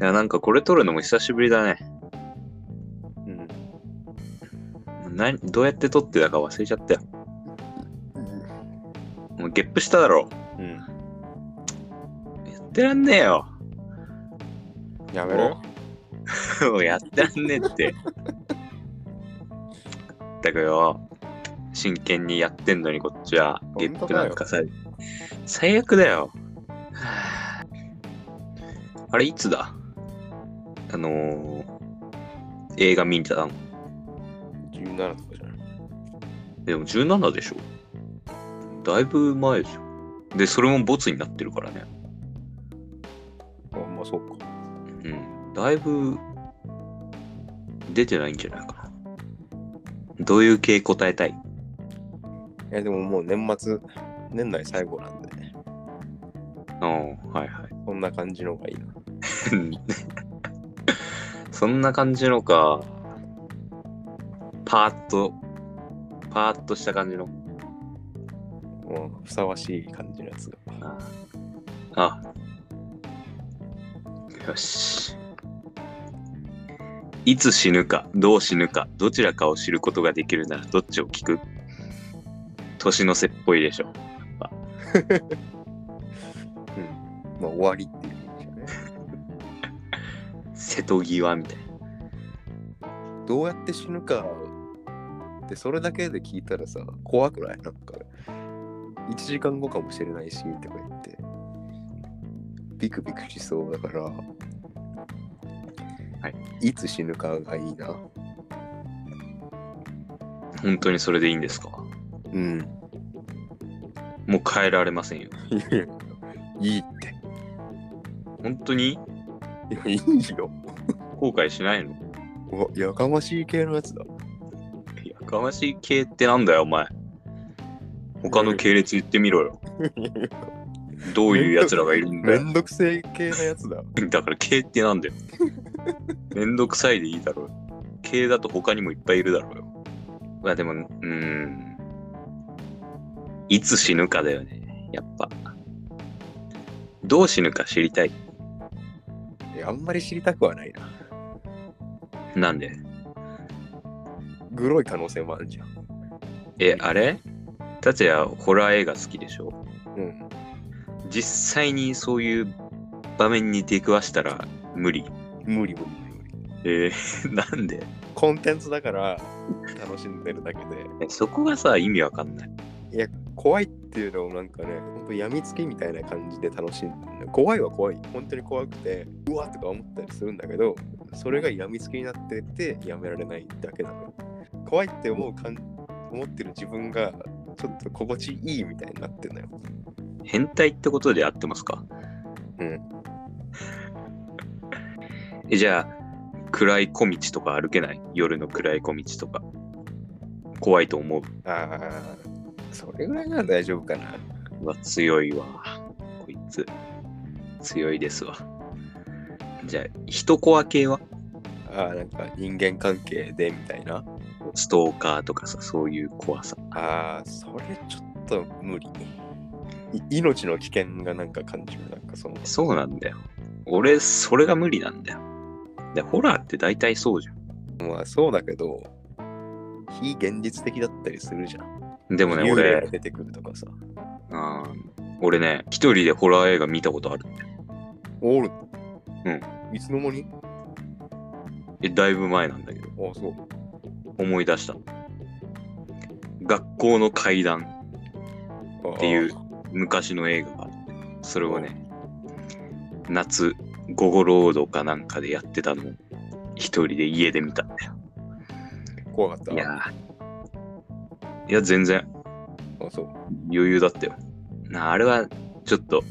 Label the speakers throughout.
Speaker 1: いや、なんかこれ撮るのも久しぶりだね。
Speaker 2: うん。
Speaker 1: 何、どうやって撮ってたか忘れちゃったよ。もうゲップしただろ。
Speaker 2: うん。
Speaker 1: やってらんねえよ。
Speaker 2: やめる
Speaker 1: おもうやってらんねえって。だけどよ、真剣にやってんのにこっちは、ゲップなんかさ、最悪だよ。 はぁあれ、いつだあのー、映画見に行ったの
Speaker 2: ?17 とかじゃない
Speaker 1: でも17でしょだいぶ前でしょで、それもボツになってるからね。
Speaker 2: あ、まあそっか。
Speaker 1: うん、だいぶ出てないんじゃないかな。どういう系答えたい
Speaker 2: え、でももう年末、年内最後なんで、ね、
Speaker 1: うん、はい は
Speaker 2: そんな感じの方がいいな。
Speaker 1: い。そんな感じのか、パーッと、パーッとした感じの。
Speaker 2: もうふさわしい感じのやつが。
Speaker 1: あ。よし。いつ死ぬか、どう死ぬか、どちらかを知ることができるならどっちを聞く年の瀬っぽいでしょ。
Speaker 2: うん。まあ終わりっていう意味ですよね。
Speaker 1: 瀬戸際みたいな。
Speaker 2: どうやって死ぬかってそれだけで聞いたらさ、怖くないなんか、1時間後かもしれないしとか言って、ビクビクしそうだから、はい、いつ死ぬかがいいな。
Speaker 1: 本当にそれでいいんですか
Speaker 2: うん。
Speaker 1: もう変えられませんよ。
Speaker 2: いやいやいいって。
Speaker 1: 本当に
Speaker 2: いや、いいよ。
Speaker 1: 後悔しないの
Speaker 2: うわ、やかましい系のやつだ。
Speaker 1: やかましい系ってなんだよ、お前。他の系列言ってみろよ。どういう奴らがいるんだ
Speaker 2: め
Speaker 1: よ。
Speaker 2: んどくせえ系のやつだ。
Speaker 1: だから系ってなんだよ。めんどくさいでいいだろう。系だと他にもいっぱいいるだろうよ。まあでも、うーん。いつ死ぬかだよね。やっぱ。どう死ぬか知りたい。
Speaker 2: いやあんまり知りたくはないな。
Speaker 1: なんで
Speaker 2: グロい可能性もあるじゃん。
Speaker 1: え、あれ達也、ホラー映画好きでしょ
Speaker 2: うん。
Speaker 1: 実際にそういう場面に出くわしたら無理。
Speaker 2: 無理無理無理無理。
Speaker 1: え ーなんで
Speaker 2: コンテンツだから楽しんでるだけで。
Speaker 1: えそこがさ、意味わかんない。
Speaker 2: いや、怖いっていうのもなんかね、ほんとやみつきみたいな感じで楽しんでる。怖いは怖い。本当に怖くて、うわとか思ったりするんだけど、それがやみつきになってて、やめられないだけなのよ。怖いって思うかん思ってる自分が、ちょっと心地いいみたいになってんのよ。
Speaker 1: 変態ってことで合ってますか
Speaker 2: うん。
Speaker 1: え、じゃあ、暗い小道とか歩けない夜の暗い小道とか。怖いと思う。
Speaker 2: ああ、それぐらいなら大丈夫かな。
Speaker 1: うわ、強いわ。こいつ。強いですわ。じゃあ、人コア系は
Speaker 2: ああ、なんか人間関係でみたいな。
Speaker 1: ストーカーとかさ、そういう怖さ。
Speaker 2: ああ、それちょっと無理。い命の危険がなんか感じる。なんかその、
Speaker 1: そうなんだよ。俺、それが無理なんだよ。で、ホラーって大体そうじゃ
Speaker 2: まあそうだけど、非現実的だったりするじゃん。
Speaker 1: ん。でもね、
Speaker 2: 幽霊
Speaker 1: 俺
Speaker 2: が、出てくるとかさ。
Speaker 1: あー俺ね、一人でホラー映画見たことある。
Speaker 2: おる。
Speaker 1: うん。
Speaker 2: いつの間に
Speaker 1: え、だいぶ前なんだけど、
Speaker 2: ああ、そう。
Speaker 1: 思い出した。学校の階段
Speaker 2: ああ
Speaker 1: っていう。昔の映画があって、それをね、夏、午後ロードかなんかでやってたのを、一人で家で見たんだよ。
Speaker 2: 怖かった。
Speaker 1: いやーいや、全然
Speaker 2: ああ、そう。
Speaker 1: 余裕だったよ。なああれはちょっと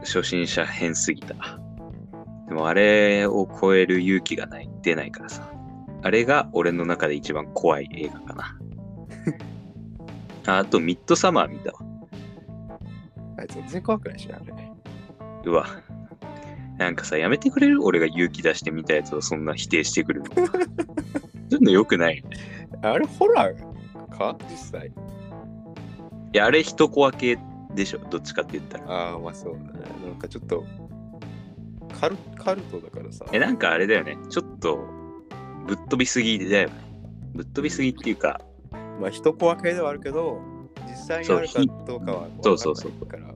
Speaker 1: 初心者編すぎた。でもあれを超える勇気がない、出ないからさ。あれが俺の中で一番怖い映画かな。ああとミッドサマー見たわ。
Speaker 2: あ全然怖くないしな、あれ。
Speaker 1: うわ。なんかさ、やめてくれる俺が勇気出して見たやつをそんな否定してくるの。ちょっと良くないよね。
Speaker 2: あれ、ホラーか実際。
Speaker 1: いや、あれ人コア系でしょ。どっちかって言ったら。
Speaker 2: ああ、まあそうだね。なんかちょっと、カルカルトだからさ。
Speaker 1: え、なんかあれだよね。ちょっと、ぶっ飛びすぎだよね。ぶっ飛びすぎっていうか、
Speaker 2: まあ、一コア系ではあるけど、実際にあるかどうかは
Speaker 1: そうひそうそう
Speaker 2: だから。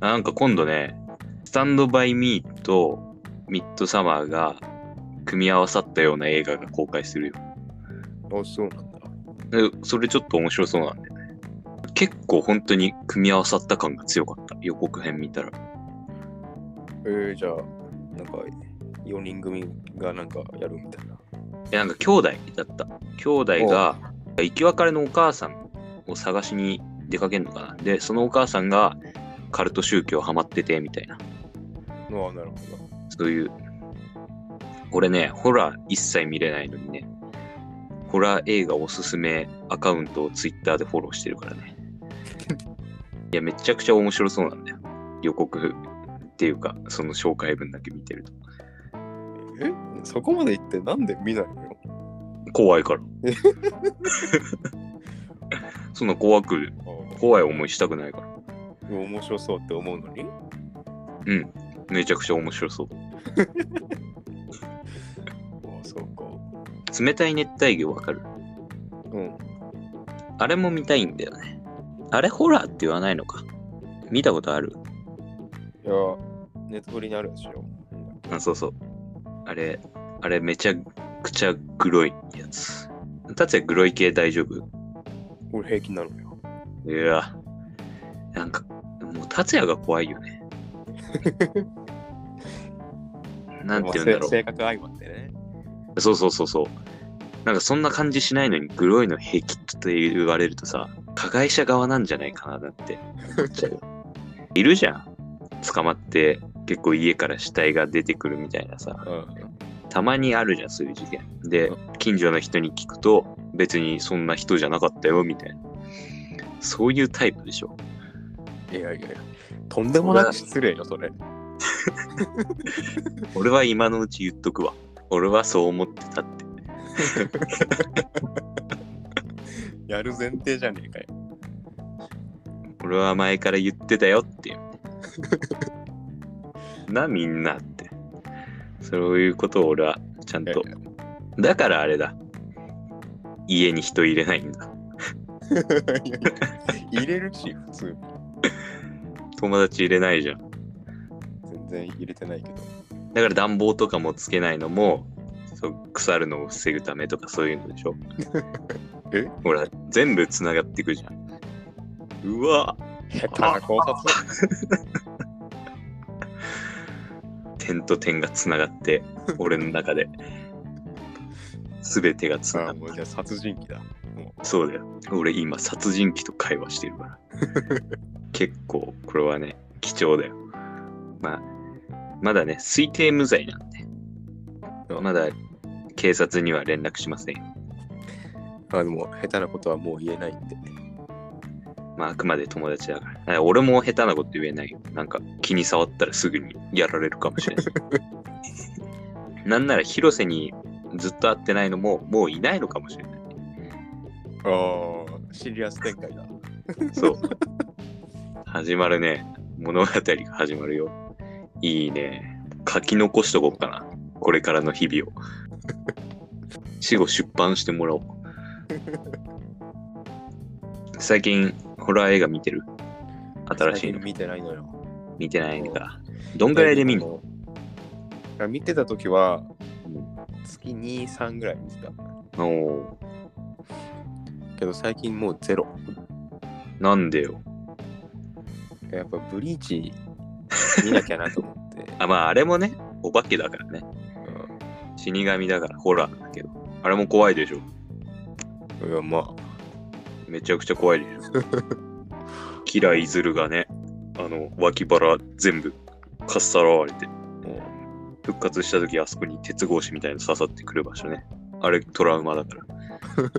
Speaker 1: あなんか今度ね、スタンドバイミーとミッドサマーが組み合わさったような映画が公開するよ。
Speaker 2: あ、そうなん
Speaker 1: で
Speaker 2: だ。
Speaker 1: それちょっと面白そうなんだよね。結構本当に組み合わさった感が強かった。予告編見たら。
Speaker 2: えー、じゃあ、なんか、4人組がなんかやるみたいな。
Speaker 1: えなんか兄弟だった。兄弟が生き別れのお母さんを探しに出かけるのかな。で、そのお母さんがカルト宗教ハマっててみたいな。
Speaker 2: ああ、なるほ
Speaker 1: そういう。俺ね、ホラー一切見れないのにね、ホラー映画おすすめアカウントをツイッターでフォローしてるからね。いや、めちゃくちゃ面白そうなんだよ。予告っていうか、その紹介文だけ見てると。
Speaker 2: ど。えそこまで行ってなんで見ないのよ
Speaker 1: 怖いから。そんな怖く、怖い思いしたくないから。
Speaker 2: 面白そうって思うのに
Speaker 1: うん。めちゃくちゃ面白そう。
Speaker 2: ああ、そうか。
Speaker 1: 冷たい熱帯魚わかる
Speaker 2: うん。
Speaker 1: あれも見たいんだよね。あれホラーって言わないのか。見たことある
Speaker 2: いや、ネットフリにあるでしょ。
Speaker 1: あ、そうそう。あれ、あれめちゃくちゃグロいやつ。達也グロい系大丈夫
Speaker 2: 俺平気なのよ。
Speaker 1: いや、なんか、もう達也が怖いよ ね。なんて言うんだろ
Speaker 2: まあせ性格相まってね。
Speaker 1: う。そうそうそうそう。なんかそんな感じしないのに、グロいの平気って言われるとさ、加害者側なんじゃないかなだ って思っちゃう。いるじゃん。捕まって、結構家から死体が出てくるみたいなさ。
Speaker 2: うん。
Speaker 1: たまにあるじゃんそういう事件で近所の人に聞くと別にそんな人じゃなかったよみたいなそういうタイプでしょ
Speaker 2: いやいやいや、とんでもなく失礼よ、それ。
Speaker 1: 俺は今のうち言っとくわ俺はそう思ってたって
Speaker 2: やる前提じゃねえかよ。
Speaker 1: 俺は前から言ってたよっていう なみんなってそういうことを俺はちゃんと
Speaker 2: いや
Speaker 1: だからあれだ家に人入れないんだ
Speaker 2: いやいや入れるし、普通。
Speaker 1: 友達入れないじゃん
Speaker 2: 全然入れてないけど。
Speaker 1: だから暖房とかもつけないのもそう腐るのを防ぐためとかそういうのでしょ
Speaker 2: え
Speaker 1: ほら、全部つながっていくじゃん。うわ、
Speaker 2: 下手な考察。
Speaker 1: 点と点がつながって、俺の中 で。すべてがつなが
Speaker 2: あ
Speaker 1: っ
Speaker 2: もうじゃあ殺人鬼だ。
Speaker 1: た。そうだよ。俺今、殺人鬼と会話してる から。結構、これはね、貴重だよ。まあ、まだね、推定無罪なんで。まだ、警察には連絡しませんよ。
Speaker 2: あでも、下手なことはもう言えないって。
Speaker 1: まあ、あくまで友達だから。あ俺も下手なこと言えないよ。なんか、気に触ったらすぐにやられるかもしれない。なんなら、広瀬にずっと会ってないのも、もういないのかもしれない。
Speaker 2: ああ、シリアス展開だ。
Speaker 1: そう。始まるね。物語が始まるよ。いいね。書き残しとこうかな。これからの日々を。死後出版してもらおう。最近、ホラー映画見てる新しいの
Speaker 2: 最近見てないのよ。
Speaker 1: 見てないか。どんぐらいで見るの
Speaker 2: の見てた時は
Speaker 1: うん、
Speaker 2: 月2、3ぐらい見てた。
Speaker 1: おお
Speaker 2: けど最近もうゼロ。
Speaker 1: ーなんでよ。
Speaker 2: やっぱブリーチ見なきゃなと思って。
Speaker 1: あ、まああれもね、お化けだからね。
Speaker 2: う
Speaker 1: 死神だからホラーだけど。あれも怖いでしょ。
Speaker 2: ん、いや、まあ、
Speaker 1: めちゃくちゃ怖いでしょ。キライズルがね、あの、脇腹全部かっさらわれて、
Speaker 2: も
Speaker 1: 復活した時あそこに鉄格子みたいなの刺さってくる場所ね。あれトラウマだから。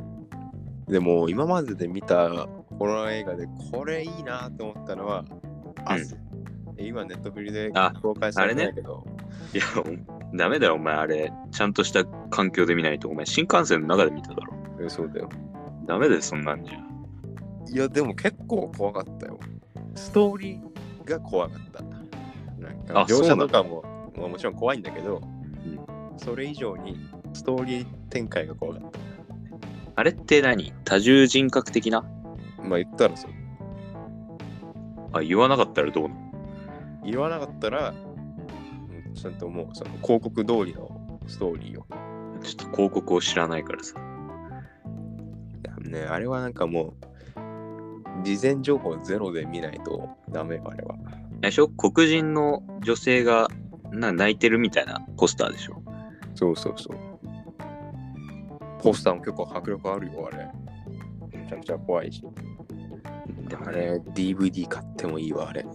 Speaker 2: うでも今までで見たホラー映画でこれいいなと思ったのは、アス今ネットフリで
Speaker 1: あ
Speaker 2: 公開されてないけど、
Speaker 1: いや、おダメだよ、お前あれ。ちゃんとした環境で見ないと、お前新幹線の中で見ただろ。
Speaker 2: えそうだよ。
Speaker 1: ダメだよ、そんなんじゃ。
Speaker 2: いや、でも結構怖かったよ。ストーリーが怖かった。なんか
Speaker 1: あ
Speaker 2: 描
Speaker 1: そうな
Speaker 2: 写
Speaker 1: んだ
Speaker 2: とかも、まあ、もちろん怖いんだけど、それ以上にストーリー展開が怖かっ
Speaker 1: あれって何多重人格的な
Speaker 2: たまあ言ったらそう
Speaker 1: あ、言わなかったらどうなの
Speaker 2: 言わなかったら、うん、ちゃんともうその広告通りのストーリーを
Speaker 1: ちょっと広告を知らないからさ。
Speaker 2: ねあれはなんかもう事前情報ゼロで見ないとダメあれは
Speaker 1: 最初、黒人の女性がな泣いてるみたいなポスターでしょ。
Speaker 2: そうそうそうポスターも結構迫力あるよあれめちゃくちゃ怖いし
Speaker 1: でも
Speaker 2: あ
Speaker 1: ね、
Speaker 2: れ DVD 買ってもいいわあれ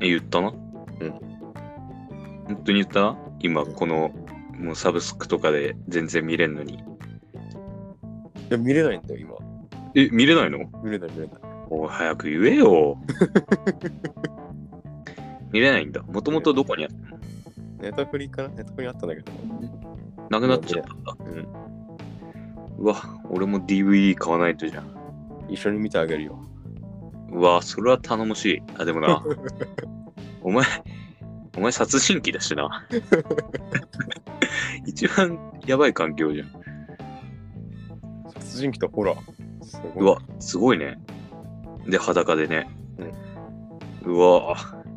Speaker 1: 言ったな。うん本当に言った今、この、もうサブスクとかで全然見れんのに。
Speaker 2: いや見れないんだよ今
Speaker 1: え、見れないの
Speaker 2: 見れない見れない
Speaker 1: おい、早く言え よ。見れないんだ。もともとどこにあ
Speaker 2: ネタフリかなネタフリあったんだけど
Speaker 1: なくなっちゃったんだ。
Speaker 2: 見れないう
Speaker 1: わ、俺も DVD 買わないとじゃん。
Speaker 2: 一緒に見てあげるよ
Speaker 1: うわ、それは頼もしい。あ、でもな。お前、お前殺人鬼だしな。 一番やばい環境じゃん。
Speaker 2: 殺人鬼とホラーすごいう
Speaker 1: わ、すごいね。で、裸でね。うわ、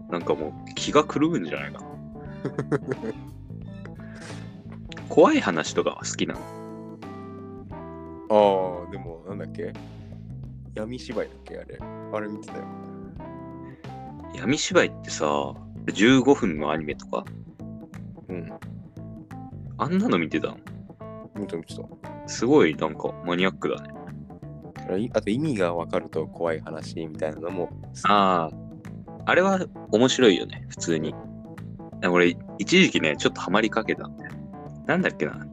Speaker 1: なんかもう気が狂うんじゃないかな。怖い話とかは好きなの
Speaker 2: ああでもなんだっけ闇芝居だっけあれあれ見てたよ
Speaker 1: 闇芝居ってさ、15分のアニメとか
Speaker 2: うん
Speaker 1: あんなの見てたの
Speaker 2: 見た見てた
Speaker 1: すごいなんかマニアックだね。
Speaker 2: いあと意味が分かると怖い話みたいなのも
Speaker 1: ああ、あれは面白いよね、普通に。でも俺、一時期ね、ちょっとハマりかけたんだよ。なんだっけな、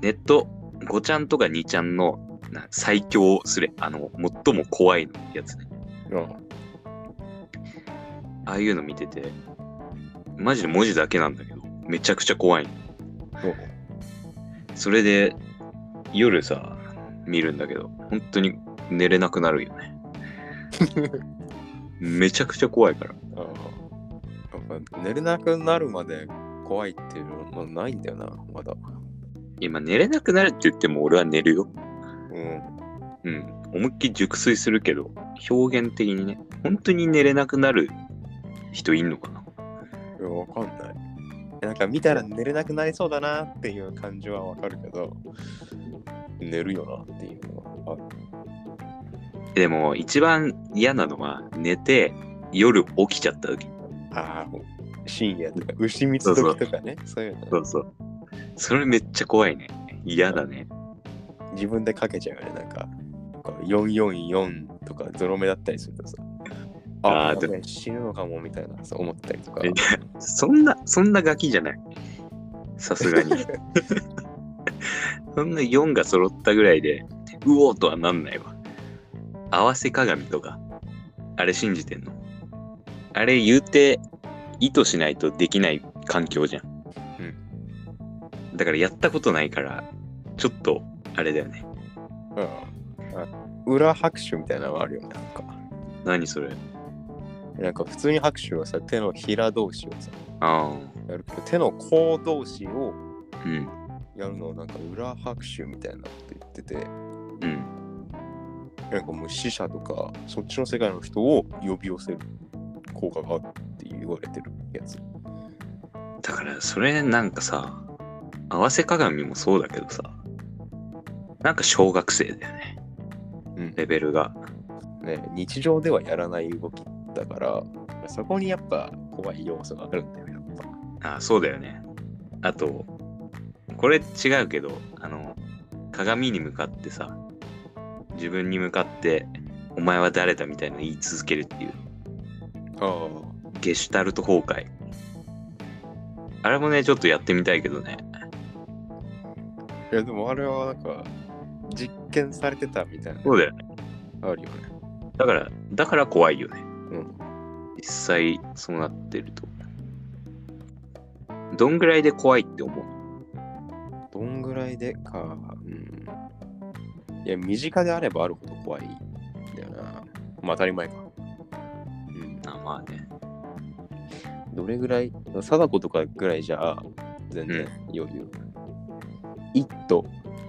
Speaker 1: ネット5ちゃんとか2ちゃんのな最強すれ、あの、最も怖いのやつね。
Speaker 2: うん
Speaker 1: ああいうの見てて、マジで文字だけなんだけど、めちゃくちゃ怖いの。それで、夜さ、見るんだけど、本当に寝れなくなるよね。めちゃくちゃ怖いから。
Speaker 2: あやっぱ寝れなくなるまで怖いっていうのはないんだよなまだ
Speaker 1: 今寝れなくなるって言っても俺は寝るよ。
Speaker 2: うん
Speaker 1: うん。思いっきり熟睡するけど、表現的にね、本当に寝れなくなる人いんのかない
Speaker 2: やわかんないなんか見たら寝れなくなりそうだなっていう感じはわかるけど寝るよなっていうのはある
Speaker 1: でも一番嫌なのは寝て夜起きちゃった時。
Speaker 2: ああ深夜とか牛蜜時とかねそういうの
Speaker 1: うそう。それめっちゃ怖いね。嫌だね。
Speaker 2: 自分でかけちゃうよねなんかなんか444とかゾロ目だったりするとさあ
Speaker 1: あ
Speaker 2: あ
Speaker 1: ーでも
Speaker 2: 死ぬのかもみたいなそう思ったりとか
Speaker 1: えそんな、そんなガキじゃない。さすがに。そんな4が揃ったぐらいで、うおーとはなんないわ。合わせ鏡とか、あれ信じてんのあれ言うて、意図しないとできない環境じゃん。うん。だからやったことないから、ちょっと、あれだよね。
Speaker 2: うん、裏拍手みたいなのがあるよねなんか
Speaker 1: 何それ。
Speaker 2: なんか普通に拍手はさ手のひら同士をさ
Speaker 1: あ
Speaker 2: やるけど手の甲同士を
Speaker 1: あ、うん、
Speaker 2: やるのをなんか裏拍手みたいなこと言ってて
Speaker 1: うん。
Speaker 2: なんかもう死者とかそっちの世界の人を呼び寄せる効果があるって言われてるやつ
Speaker 1: だから、それなんかさ、合わせ鏡もそうだけどさ、なんか小学生だよね
Speaker 2: うん
Speaker 1: レベルが。
Speaker 2: ね、日常ではやらない動きだからそこにやっぱ怖い要素があるんだよやっぱ
Speaker 1: あそうだよね。あと、これ違うけど、あの、鏡に向かってさ、自分に向かって、お前は誰だみたいなの言い続けるっていう、
Speaker 2: あ
Speaker 1: ゲシュタルト崩壊。あれもね、ちょっとやってみたいけどね。
Speaker 2: いやでもあれはなんか実験されてたみたいな
Speaker 1: そうだよね。
Speaker 2: あるよね
Speaker 1: だから、だから怖いよね。
Speaker 2: うん
Speaker 1: 実際、そうなってると。どんぐらいで怖いって思う
Speaker 2: どんぐらいでかうんいや身近であればあるほど怖いんだよなまあ当たり前かうん
Speaker 1: あまあね。
Speaker 2: どれぐらい貞子とかぐらいじゃあ全然余裕。イット、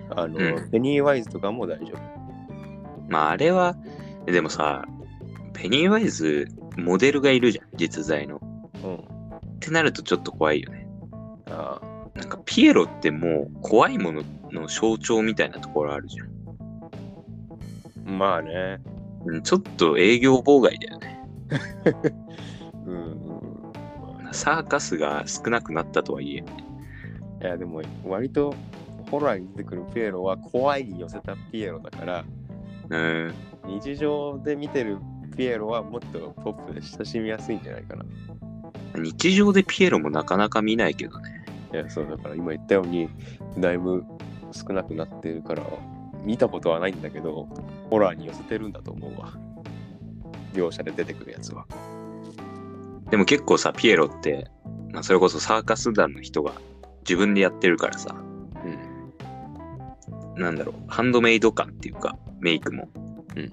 Speaker 2: あの、
Speaker 1: うん
Speaker 2: ペニーワイズとかも大丈
Speaker 1: まああれは、でもさ、ペニーワイズ、モデルがいるじゃん、実在の。っ
Speaker 2: 夫。うん。
Speaker 1: てなるとちょっと怖いよね。
Speaker 2: ああ、
Speaker 1: なんかピエロってもう怖いものの象徴みたいなところあるじゃん。
Speaker 2: まあね。
Speaker 1: うんちょっと営業妨害だよね。
Speaker 2: うん。
Speaker 1: サーカスが少なくなったとはいえ。
Speaker 2: いや、でも割とホラーに出てくるピエロは怖いに寄せたピエロだから、
Speaker 1: うん。
Speaker 2: 日常で見てるピエロはもっとポップで親しみやすいんじゃないかな。
Speaker 1: 日常でピエロもなかなか見ないけどね。
Speaker 2: いや、そうだから今言ったように、だいぶ少なくなってるから、見たことはないんだけど、ホラーに寄せてるんだと思うわ。描写で出てくるやつは。
Speaker 1: でも結構さ、ピエロって、まあ、それこそサーカス団の人が自分でやってるからさ、
Speaker 2: うん。
Speaker 1: なんだろう、ハンドメイド感っていうか、メイクも。
Speaker 2: うん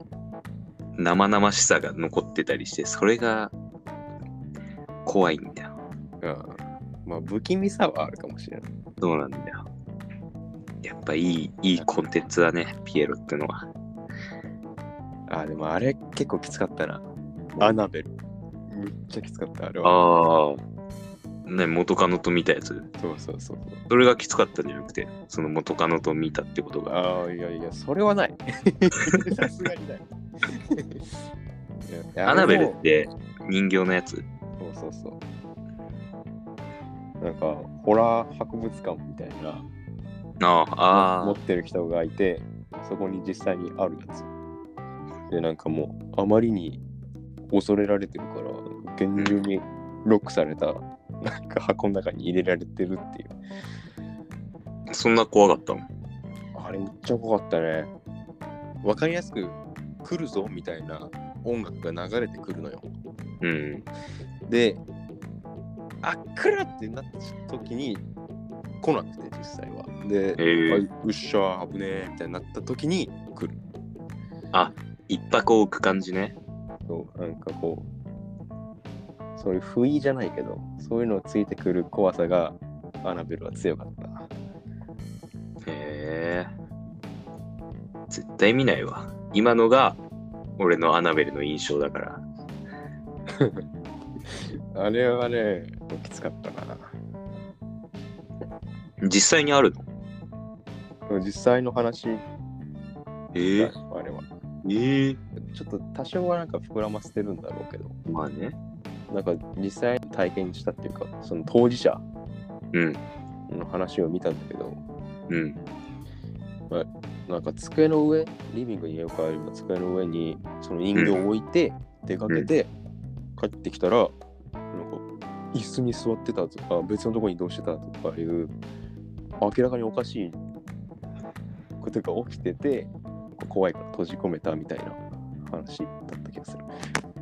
Speaker 1: 生々しさが残ってたりして、それが怖いんだよ。
Speaker 2: うん、まあ、不気味さはあるかもしれない。
Speaker 1: そうなんだよ。やっぱいい、いいコンテンツだね、ピエロってのは。
Speaker 2: あ、でもあれ結構きつかったな。アナベル。めっちゃきつかった、あれは。
Speaker 1: ああ。ね、元カノと見たやつ。
Speaker 2: そうそうそうそう。
Speaker 1: それがきつかったんじゃなくて、その元カノと見たってことが。
Speaker 2: ああ、いやいや、それはない。 さすがにない。いや
Speaker 1: アナベ
Speaker 2: あれ
Speaker 1: ル
Speaker 2: も
Speaker 1: って人形のやつ。
Speaker 2: そうそうそう。なんか、ホラー博物館みたいな、
Speaker 1: ああ、ああ。
Speaker 2: 持ってる人がいて、そこに実際にあるやつ。で、なんかもう、あまりに恐れられてるから、厳重にロックされた、なんか箱の中に入れられてるっていう。
Speaker 1: そんな怖かったの
Speaker 2: あれめっちゃ怖かったね。わかりやすく、来るぞみたいな音楽が流れてくるのよ。
Speaker 1: うん。
Speaker 2: で、あっくらってなった時に来なくて、実際は。で、
Speaker 1: えー
Speaker 2: あうっしゃー、危ねえみたいになった時に来る。
Speaker 1: 一泊置く感じね。
Speaker 2: そうなんかこう、そういう不意じゃないけど、そういうのをついてくる怖さが、アナベルは強かった。
Speaker 1: へえ。絶対見ないわ。今のが俺のアナベルの印象だから。
Speaker 2: あれはね、きつかったな。
Speaker 1: 実際にあるの
Speaker 2: 実際の話だよ、
Speaker 1: え
Speaker 2: あれは。
Speaker 1: ええ
Speaker 2: ちょっと多少はなんか膨らませてるんだろうけど、
Speaker 1: まあね。
Speaker 2: なんか実際に体験したっていうか、その当事者
Speaker 1: うん。
Speaker 2: の話を見たんだけど、
Speaker 1: うん。
Speaker 2: なんか机の上、リビングによくあれば机の上にその人形を置いて出かけて帰ってきたら、なんか椅子に座ってたとか別のところに移動してたとかいう明らかにおかしいことが起きてて怖いから閉じ込めたみたいな話だった気がする。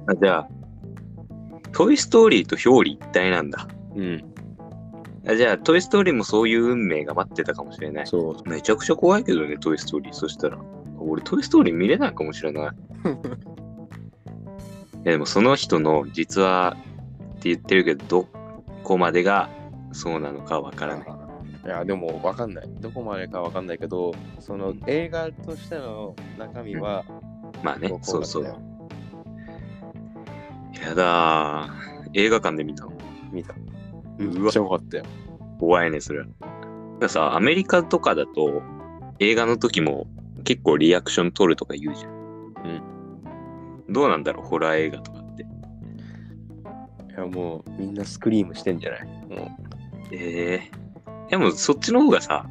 Speaker 1: あじゃあ、トイ・ストーリーと表裏一体なんだ。
Speaker 2: うん、
Speaker 1: あじゃあ、トイ・ストーリーもそういう運命が待ってたかもしれない。
Speaker 2: そう。
Speaker 1: めちゃくちゃ怖いけどね、トイ・ストーリー。そしたら、俺、トイ・ストーリー見れないかもし れない。いやでも、その人の実はって言ってるけど、どこまでがそうなのかわからない。
Speaker 2: いやでも分かんないどこまでか分かんないけどその映画としての中身は
Speaker 1: まあね、
Speaker 2: こ
Speaker 1: そうう
Speaker 2: こ
Speaker 1: そうう
Speaker 2: だっ。たよ
Speaker 1: やだー。映画館で見たの。
Speaker 2: 見た
Speaker 1: うわ
Speaker 2: めっちゃよかったよ
Speaker 1: 怖いね、それは。なんかさ、アメリカとかだと、映画の時も結構リアクション取るとか言うじゃん。うん。どうなんだろう、ホラー映画とかって。
Speaker 2: いやもうみんなスクリームしてんじゃないも
Speaker 1: ええでもそっちの方がさ、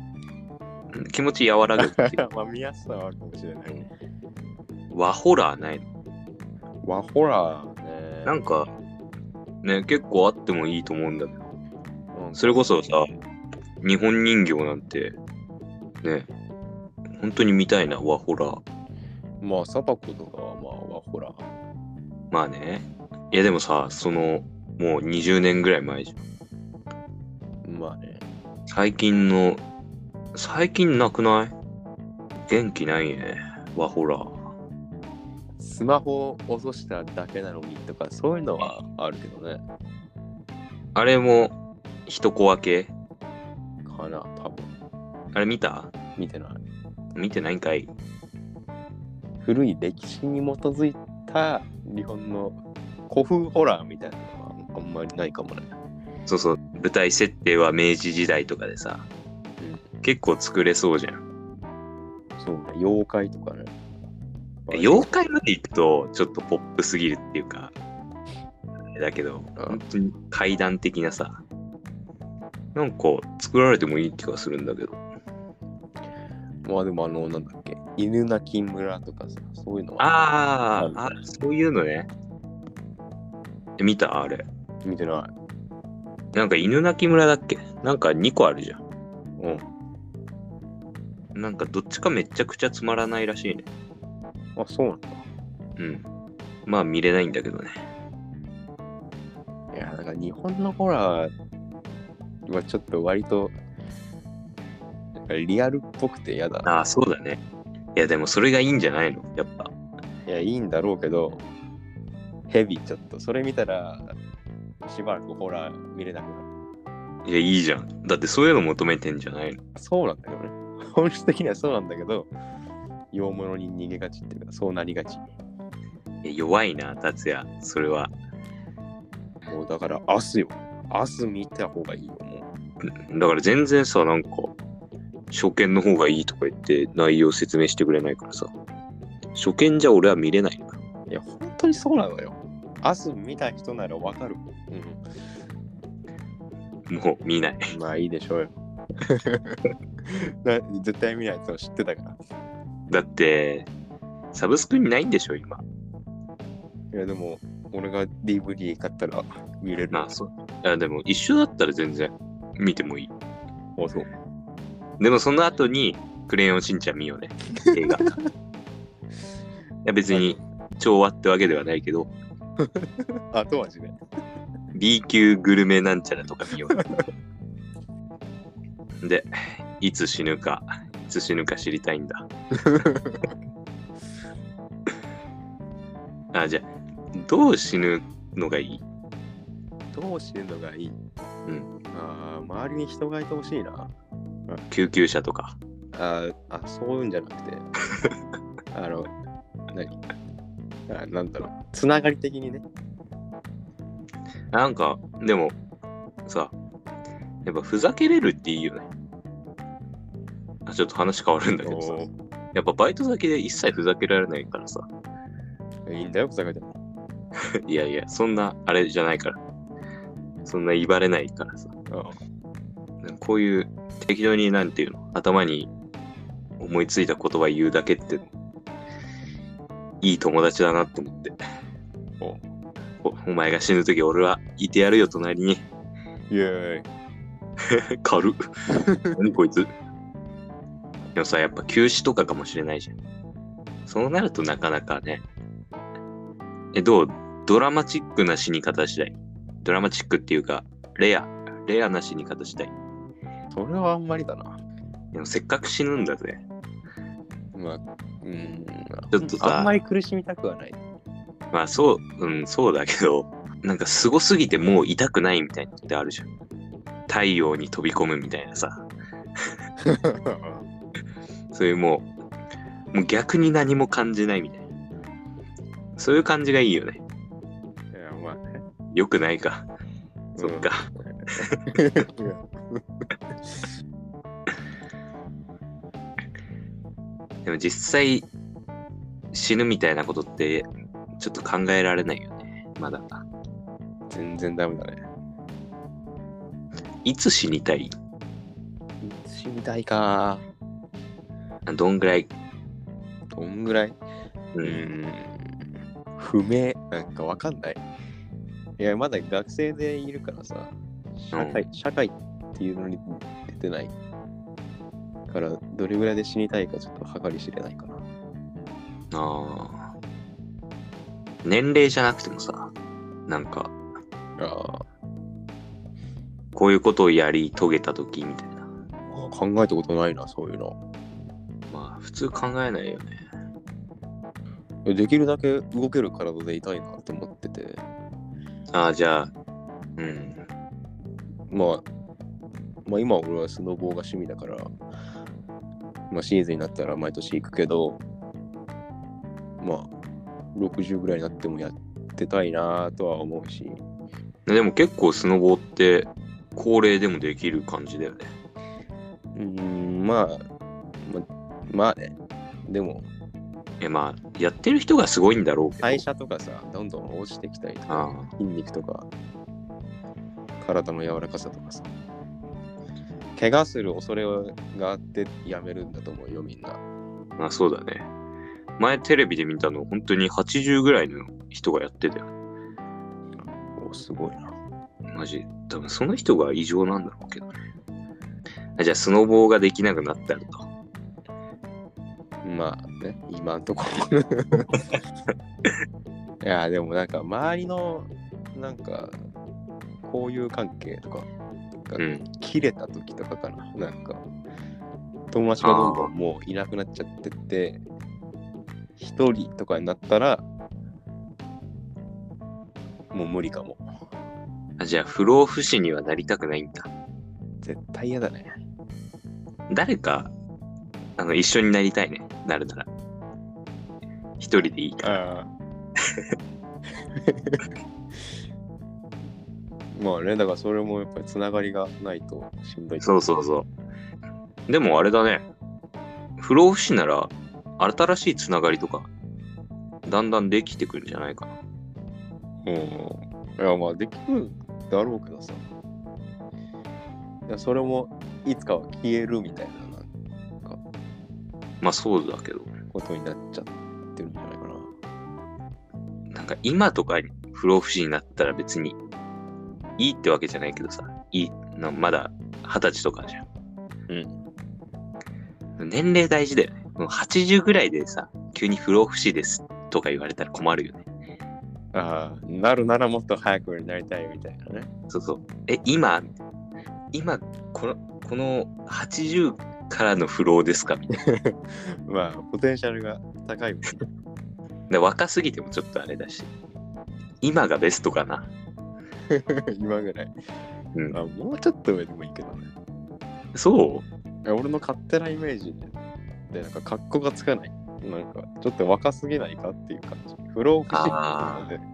Speaker 1: 気持ち和らぐっていう か
Speaker 2: う。まあ見やすさはあるかもしれない。
Speaker 1: 和ホラーないの
Speaker 2: 和ホラーね。
Speaker 1: なんか、ね、結構あってもいいと思うんだけど、
Speaker 2: うん、
Speaker 1: それこそさ、日本人形なんて、ね、本当に見たいな、和ホラー。
Speaker 2: まあ、サタコとかはまあ和ホラー。
Speaker 1: まあね。いやでもさ、その、もう20年ぐらい前じゃん。
Speaker 2: まあね。
Speaker 1: 最近の、最近なくない元気ないね、和ホラー。
Speaker 2: スマホを落としただけなのにとか、そういうのはあるけどね。
Speaker 1: あれも、一小分け
Speaker 2: かな、多分
Speaker 1: あれ見た
Speaker 2: 見てない。
Speaker 1: 見てないんかい
Speaker 2: 古い歴史に基づいた日本の古風ホラーみたいなのはあんまりないかもね。
Speaker 1: そうそう、舞台設定は明治時代とかでさ、結構作れそうじゃん。
Speaker 2: そうね、妖怪とかね。
Speaker 1: 妖怪まで行くと、ちょっとポップすぎるっていうか、あれだけど、
Speaker 2: うん
Speaker 1: 本当に階段的なさ、なんか作られてもいい気がするんだけど。
Speaker 2: まあでもあの、なんだっけ、犬鳴村とかさ、そういうのは
Speaker 1: あーあ、そういうのね。え見たあれ。
Speaker 2: 見てない。
Speaker 1: なんか犬鳴村だっけなんか2個あるじゃん。
Speaker 2: うん。
Speaker 1: なんかどっちかめちゃくちゃつまらないらしいね。
Speaker 2: あ、そうなんだ。
Speaker 1: うん。まあ見れないんだけどね。
Speaker 2: いや、なんか日本のホラーはちょっと割と、なんかリアルっぽくて嫌だ。
Speaker 1: ああ、そうだね。いや、でもそれがいいんじゃないのやっぱ。
Speaker 2: いや、いいんだろうけど、ヘビちょっと。それ見たら、しばらくホラー見れなくなる。
Speaker 1: いや、いいじゃん。だってそういうの求めてんじゃないの
Speaker 2: そうなんだけどね。 本質的にはそうなんだけど、洋物に逃げがちっていうか、そうなりがち。
Speaker 1: いや弱いな、達也。それは。
Speaker 2: もうだから、明日よ。明日見た方がいいよ。も
Speaker 1: うんだから全然さ、なんか、初見の方がいいとか言って内容説明してくれないからさ。初見じゃ俺は見れないな。
Speaker 2: ういや、本当にそうなのよ。明日見た人ならわかる。
Speaker 1: もう見ない。
Speaker 2: うん。まあいいでしょう よ。な絶対見ないと知ってたから。
Speaker 1: だって、サブスクにないんでしょ、今。
Speaker 2: いや、でも、俺が DVD 買ったら見れる。
Speaker 1: まあ、そう。いや、でも一緒だったら全然見てもいい。
Speaker 2: あそう。
Speaker 1: でもその後に、クレヨンしんちゃん見ようね。映画。いや、別に調和ってわけではないけど、
Speaker 2: 後味ね。
Speaker 1: B 級グルメなんちゃらとか見ようね。で、いつ死ぬか、いつ死ぬか知りたいんだ。あ、じゃあ、どう死ぬのがいい
Speaker 2: どうしてんのがいい
Speaker 1: ん
Speaker 2: ああ、周りに人がいてほしいな。
Speaker 1: 救急車とか。
Speaker 2: あーあ、そういうんじゃなく て、あの、何あなんだろう、つながり的にね。
Speaker 1: なんか、でも、さ、やっぱふざけれるっていいよね。あちょっと話変わるんだけどさ。やっぱバイト先で一切ふざけられないからさ。
Speaker 2: いいんだよ、ふざけても。
Speaker 1: いやいや、そんなあれじゃないから。そんな威張れないからさ。こういう適当になんていうの、頭に思いついた言葉言うだけって、いい友達だなと思って。
Speaker 2: お
Speaker 1: おお前が死ぬとき俺はいてやるよ、隣に。
Speaker 2: イェーイ。
Speaker 1: 軽っ。何こいつ。でもさ、やっぱ休止とかかもしれないじゃん。そうなるとなかなかね。え、どうドラマチックな死に方したい。ドラマチックっていうか、レア。レアな死に方したい。
Speaker 2: それはあんまりだな。
Speaker 1: でもせっかく死ぬんだぜ。
Speaker 2: まあ、うん。
Speaker 1: ちょっとさ
Speaker 2: あんまり苦しみたくは ない。
Speaker 1: まあそう、うん、そうだけど、なんかすごすぎてもう痛くないみたいなのってあるじゃん。太陽に飛び込むみたいなさ。そういうもう、もう逆に何も感じないみたいな。そういう感じがいいよね。
Speaker 2: いや、まあね。
Speaker 1: よくないか。そっか。
Speaker 2: うん。いや
Speaker 1: でも実際、死ぬみたいなことって、ちょっと考えられないよね。まだ。
Speaker 2: 全然ダメだね。
Speaker 1: いつ死にたい
Speaker 2: 死にたいか。
Speaker 1: どんぐらい、
Speaker 2: どんぐらい
Speaker 1: うん
Speaker 2: うん。不明。なんかわかんない。いや、まだ学生でいるからさ、社会,、社会っていうのに出てない。から、どれぐらいで死にたいかちょっと計り知れないかな。
Speaker 1: あー年齢じゃなくてもさ、なんか、
Speaker 2: あ
Speaker 1: こういうことをやり遂げたときみたいな。
Speaker 2: あ、考えたことないな、そういうの。
Speaker 1: まあ、普通考えないよね。
Speaker 2: できるだけ動ける体でいたいなと思ってて。
Speaker 1: ああ、じゃあ、うん。
Speaker 2: まあ、まあ今は俺はスノボーが趣味だから、まあシーズンになったら毎年行くけど、まあ、60ぐらいになってもやってたいなとは思うし、
Speaker 1: でも結構スノボって高齢でもできる感じだよね。
Speaker 2: うーん、まあ、ままあね、でも、
Speaker 1: え、まあ、やってる人がすごいんだろうけど。
Speaker 2: 代謝とかさ、どんどん落ちてきたりとか、
Speaker 1: あ
Speaker 2: 筋肉とか、体の柔らかさとかさ、怪我する恐れがあってやめるんだと思うよ、みんな。
Speaker 1: あ、まあそうだね。前テレビで見たの、本当に80ぐらいの人がやってたよ。
Speaker 2: おすごいな。
Speaker 1: マジ。多分その人が異常なんだろうけどね。あじゃあ、スノボーができなくなったらと。
Speaker 2: まあね、今んところ。 いや、でもなんか周りの、なんか、交友関係とかが
Speaker 1: うん
Speaker 2: 切れた時とかかな。なんか、友達がどんどんもういなくなっちゃってって、一人とかになったら、もう無理かも。
Speaker 1: あじゃあ、不老不死にはなりたくないんだ。
Speaker 2: 絶対嫌だね。
Speaker 1: 誰か、あの、一緒になりたいね。なるなら。一人でいいから。
Speaker 2: ああ。 まあね、だからそれもやっぱりつながりがないとしんどい。
Speaker 1: そうそうそう。でもあれだね。不老不死なら、新しいつながりとか、だんだんできてくるんじゃないかな。
Speaker 2: うん。いや、まあできるだろうけどさ。いや、それもいつかは消えるみたいな
Speaker 1: まあそうだけど、
Speaker 2: ことになっちゃってるんじゃないかな。
Speaker 1: なんか今とかに不老不死になったら別にいいってわけじゃないけどさ、いい、なまだ二十歳とかじゃん。
Speaker 2: うん。
Speaker 1: 年齢大事だよね。もう80ぐらいでさ、急に不老不死ですとか言われたら困るよね。
Speaker 2: ああ、なるならもっと早くなりたいみたいなね。
Speaker 1: そうそう。え、今、今、この、この80からの不老ですかみたいな
Speaker 2: まあ、ポテンシャルが高いもんね。
Speaker 1: で若すぎてもちょっとあれだし、今がベストかな。
Speaker 2: 今ぐらい。
Speaker 1: うん
Speaker 2: あもうちょっと上でもいいけどね。
Speaker 1: そ
Speaker 2: いや俺の勝手なイメージで、なんか格好がつかない。なんか、ちょっと若すぎないかっていう感じ。不老不死っていうので、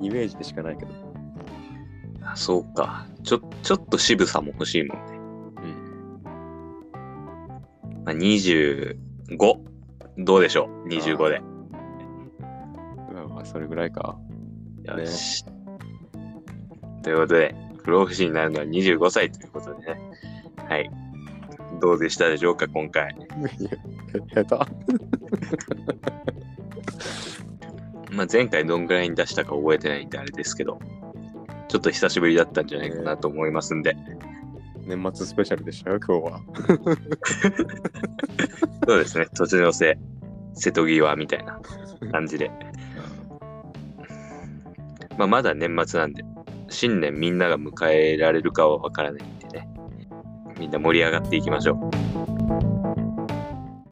Speaker 2: イメージでしかないけど。
Speaker 1: うあそうか。ちょ、ちょっと渋さも欲しいもんね。まあ、25。どうでしょう ?25 で。
Speaker 2: まあまあ、それぐらいか。ー
Speaker 1: よし。ということで、不老不死になるのは25歳ということでね。はい。どうでしたでしょうか、今回。
Speaker 2: 下手。
Speaker 1: まあ、前回どんぐらいに出したか覚えてないんであれですけど、ちょっと久しぶりだったんじゃないかなと思いますんで、
Speaker 2: 年末スペシャルでしたよ、今日は。
Speaker 1: そうですね、土地のせ、瀬戸際みたいな感じで、まあ、まだ年末なんで、新年みんなが迎えられるかはわからないんでね、みんな盛り上がっていきましょう。